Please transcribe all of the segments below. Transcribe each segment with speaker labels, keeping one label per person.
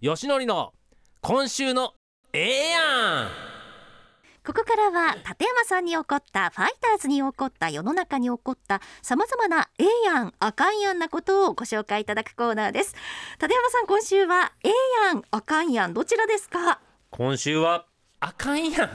Speaker 1: よしのりの今週のええや
Speaker 2: ここからは立山さんに起こったファイターズに起こった世の中に起こったさまざまなええやんあかんやんなことをご紹介いただくコーナーです立山さん今週はええやんあかんやんどちらですか
Speaker 1: ん今週はあかんやん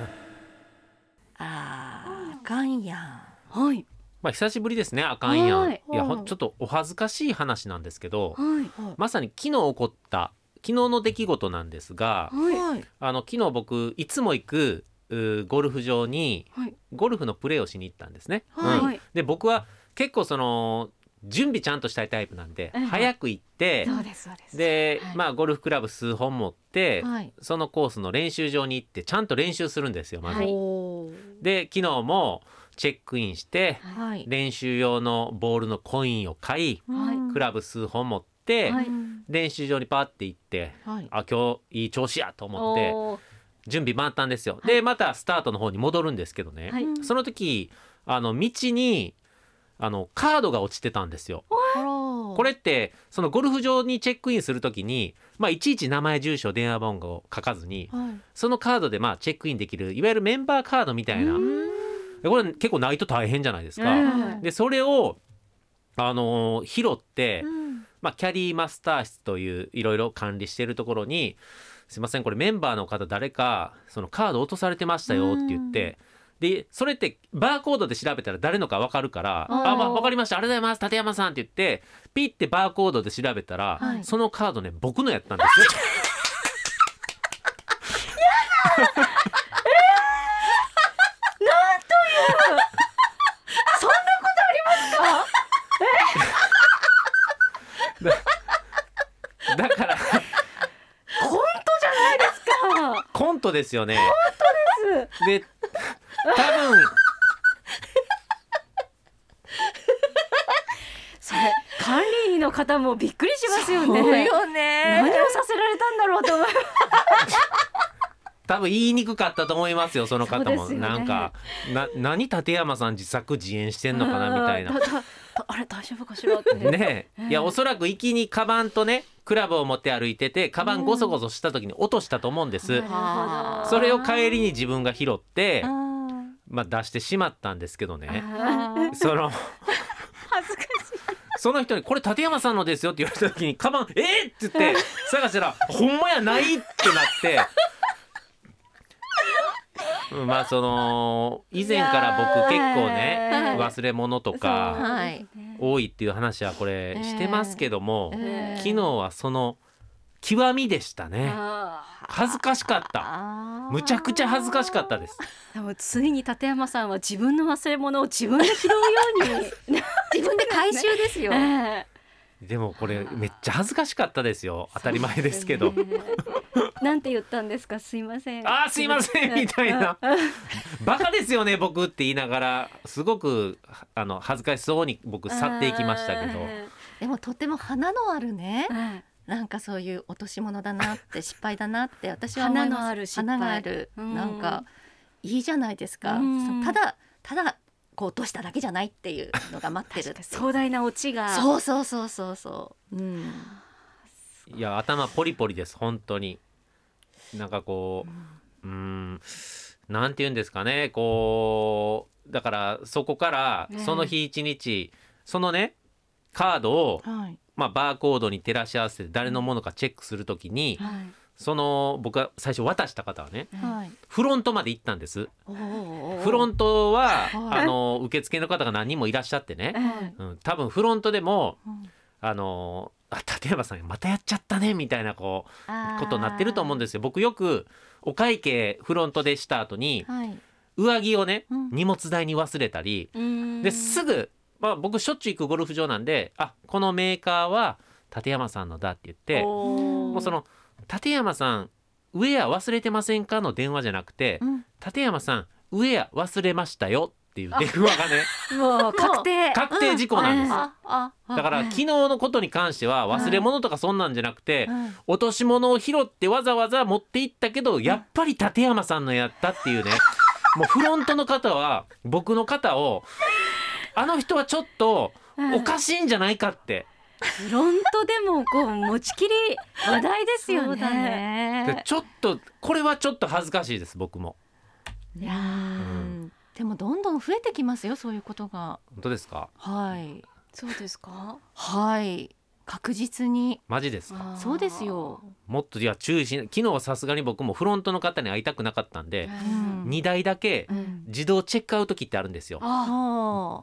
Speaker 2: あーあかんやんはい
Speaker 1: まあ久しぶりですねあかんやん、
Speaker 2: はいい、
Speaker 1: やほん
Speaker 2: はい
Speaker 1: ちょっとお恥ずかしい話なんですけど
Speaker 2: はい
Speaker 1: まさに昨日起こった昨日の出来事なんですが
Speaker 2: はい
Speaker 1: あの昨日僕いつも行くうーゴルフ場に
Speaker 2: はい
Speaker 1: ゴルフのプレーをしに行ったんですね、
Speaker 2: はい
Speaker 1: うんで僕は結構その準備ちゃんとしたいタイプなんで、
Speaker 2: ええ
Speaker 1: 早く行って
Speaker 2: そうですそうです
Speaker 1: で、
Speaker 2: はい
Speaker 1: まあゴルフクラブ数本持って、
Speaker 2: はい
Speaker 1: そのコースの練習場に行ってちゃんと練習するんですよまず。
Speaker 2: はい
Speaker 3: おー
Speaker 1: で昨日もチェックインして
Speaker 2: はい
Speaker 1: 練習用のボールのコインを買い
Speaker 2: はい
Speaker 1: クラブ数本持って、
Speaker 3: はい
Speaker 1: 練習場にパーって行って
Speaker 2: はい
Speaker 1: あ今日いい調子やと思って
Speaker 3: おー
Speaker 1: 準備万端ですよ。でまたスタートの方に戻るんですけどね、
Speaker 3: はい
Speaker 1: その時あの道にあのカードが落ちてたんですよ。
Speaker 2: こ
Speaker 1: これってそのゴルフ場にチェックインするときに、まあ、いちいち名前住所電話番号を書かずに
Speaker 2: はい
Speaker 1: そのカードでまあチェックインできるいわゆるメンバーカードみたいなこれ結構ないと大変じゃないですか。
Speaker 3: うん
Speaker 1: でそれをあのー拾って、
Speaker 2: うん
Speaker 1: まあ、キャリーマスター室といういろいろ管理してるところに「すいませんこれメンバーの方誰かそのカード落とされてましたよ」って言って。でそれってバーコードで調べたら誰のか分かるから「
Speaker 3: あー
Speaker 1: あ、まあ、分かりましたありがとうございます立山さん」って言ってピッてバーコードで調べたら、
Speaker 2: はい
Speaker 1: その カードね僕のやったんですよ。
Speaker 3: そんな
Speaker 1: だから
Speaker 3: コントじゃないで
Speaker 1: コントですよね。
Speaker 3: すか。
Speaker 1: で多分
Speaker 3: それ管理員の方もびっくりしますよ
Speaker 2: そう
Speaker 3: ね。
Speaker 2: よね
Speaker 3: 何をさせられたんだろうと思います。
Speaker 1: 多分言いにくかったと思いますよその方も、
Speaker 3: そうですよね
Speaker 1: なんかな何立山さん自作自演してんのかなみたいな
Speaker 3: あー。だだ あれ大丈夫かしらって。
Speaker 1: ねえ、
Speaker 3: うん
Speaker 1: いやおそらく行きにカバンとねクラブを持って歩いててカバンごそごそした時に落としたと思うんです、
Speaker 3: なるほど
Speaker 2: あー
Speaker 1: それを帰りに自分が拾って
Speaker 2: あ、ー
Speaker 1: まあ、出してしまったんですけどね
Speaker 3: あー
Speaker 1: その
Speaker 3: 恥ずかし
Speaker 1: その人に「これ立山さんのですよ」って言われた時に「カバンえっ!」って言って探したら「ほんまやない!」ってなって。うんまあその以前から僕結構ね
Speaker 3: いやー
Speaker 1: 忘れ物と
Speaker 3: そう
Speaker 1: か
Speaker 2: はい
Speaker 3: い。ね
Speaker 1: 多いっていう話はこれしてますけども、
Speaker 2: え
Speaker 3: えー
Speaker 1: 昨日はその極みでしたね
Speaker 3: あ
Speaker 1: 恥ずかしかったむちゃくちゃ恥ずかしかったです
Speaker 3: ーでもついに立山さんは自分の忘れ物を自分で拾うように。
Speaker 2: 自分で回収ですよ。
Speaker 3: ね
Speaker 1: でもこれめっちゃ恥ずかしかったです よ当たり前ですけど、
Speaker 3: そうですねなんて言ったんですか。すいません。
Speaker 1: あーすいませんみたいな
Speaker 3: うん。
Speaker 1: バカですよね僕って言いながらすごくあの恥ずかしそうに僕去っていきましたけど
Speaker 2: でもとっても花のあるね。
Speaker 3: ど。
Speaker 2: なんかそういう落とし物だなって失敗だなっ て私は思いま
Speaker 3: 花
Speaker 2: す。
Speaker 3: のある失敗
Speaker 2: 花がある。
Speaker 3: うん
Speaker 2: なんかいいじゃないですか。
Speaker 3: うん
Speaker 2: ただただこう落としただけじゃないっていうのが待ってる。
Speaker 3: 壮大なオチが
Speaker 2: そうそうそうそうそう。うん。
Speaker 1: いや頭ポリポリです本当になんかこううーんなんて言うんですかねこうだからそこから
Speaker 3: ね
Speaker 1: その日一日、そのねカードを、
Speaker 2: はい。
Speaker 1: まあ、バーコードに照らし合わせて誰のものかチェックするときに
Speaker 3: はい
Speaker 1: その僕が最初渡した方はね
Speaker 2: はい。
Speaker 1: フロントまで行ったんです
Speaker 2: おお
Speaker 1: フロ
Speaker 2: ン
Speaker 1: ントは
Speaker 2: はい
Speaker 1: あの受付の方が何人もいらっしゃってね、
Speaker 3: はい
Speaker 1: うん、多分フロントでも
Speaker 2: うん。
Speaker 1: あのあ立山さんまたやっちゃったねみたいなこうことになってると思うんですすよ。僕よくお会計フロントでした後に
Speaker 2: はい。
Speaker 1: 上着をね
Speaker 2: うん
Speaker 1: 荷物代に忘れたり
Speaker 3: うん
Speaker 1: ですぐ、まあ、僕しょっちゅう行くゴルフ場なんであこのメーカーは立山さんのだって言って
Speaker 3: おー
Speaker 1: もうその「立山さんウェア忘れてませんか?」の電話じゃなくて
Speaker 2: うん
Speaker 1: 「立山さんウェア忘れましたよ」っていう電話が ね
Speaker 3: もう確定
Speaker 1: 確定事項なんです。
Speaker 2: あああ
Speaker 1: だから昨日のことに関しては忘れ物とかそんなんじゃなくて、
Speaker 2: うん
Speaker 1: 落とし物を拾ってわざわざ持って行ったけどやっぱり立山さんのやったっていうねもうフロントの方は僕の方をあの人はちょっとおかしいんじゃないかって
Speaker 3: フロントでもこう持ちきり話題ですよね。
Speaker 2: そうだ
Speaker 1: で
Speaker 2: ね。
Speaker 1: ちょっとこれはちょっと恥ずかしいです僕も
Speaker 2: いやー、
Speaker 1: うん
Speaker 2: でもどんどん増えてきますよそういうことが。
Speaker 1: 本当ですか
Speaker 2: はい
Speaker 3: そうですか。
Speaker 2: はい確実に
Speaker 1: マジですか
Speaker 2: そうですよ。
Speaker 1: もっといや注意しない昨日はさすがに僕もフロントの方に会いたくなかったん
Speaker 3: あー。
Speaker 1: で
Speaker 2: うん
Speaker 1: 2台だけ
Speaker 3: うん
Speaker 1: 自動チェックアウト機ってあるんですよ
Speaker 3: あ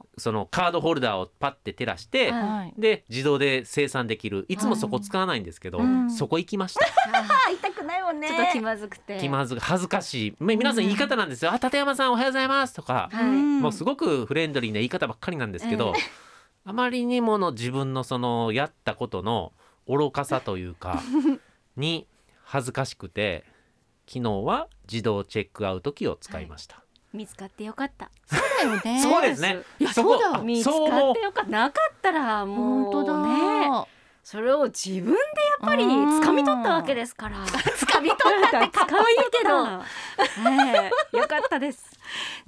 Speaker 2: は
Speaker 1: そのカードホルダーをパッて照らして、
Speaker 3: う
Speaker 2: あ
Speaker 3: ん
Speaker 2: はい。
Speaker 1: で自動で生産できるいつもそこ使わないんですけど、
Speaker 2: うん
Speaker 1: そこ行きました、
Speaker 3: ー
Speaker 2: 会いたくないもんね
Speaker 3: ちょっと気まずくて。
Speaker 1: 気まず恥ずかしいみ皆さん
Speaker 2: うん
Speaker 1: 言い方なんですよ「あ立山さんおはようございます」とか、
Speaker 3: はい
Speaker 1: もうすごくフレンドリーな言い方ばっかりなんですけど、
Speaker 3: え
Speaker 1: あまりにもの自分のそのやったことの愚かさというかに恥ずかしくて昨日は自動チェックアウト機を使いました、
Speaker 3: 見つかってよかった。
Speaker 2: だよね。
Speaker 1: そうですね
Speaker 2: いや
Speaker 1: そこ
Speaker 2: そうだ
Speaker 1: あ
Speaker 3: 見つか
Speaker 1: そう
Speaker 3: っ
Speaker 1: 思う
Speaker 3: てよかった。なかったらも
Speaker 2: 本
Speaker 3: う
Speaker 2: 当だ。
Speaker 3: ね。それを自分でやっぱり掴み取ったわけですから。掴み取ったってかっこいいけど。ねえよかったです。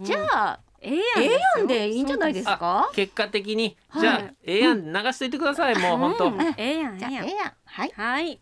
Speaker 2: じゃ
Speaker 3: あ、
Speaker 2: あ
Speaker 3: え
Speaker 2: ええ
Speaker 3: えやん
Speaker 2: やんでいいんじゃないですか。
Speaker 1: 結果的に
Speaker 3: はい
Speaker 1: じゃあ、ええやん流しといてください、もう本当、
Speaker 3: うんええやん、え
Speaker 2: じゃあ
Speaker 3: え
Speaker 2: ええ
Speaker 3: やん。
Speaker 2: やんはい。
Speaker 3: はい。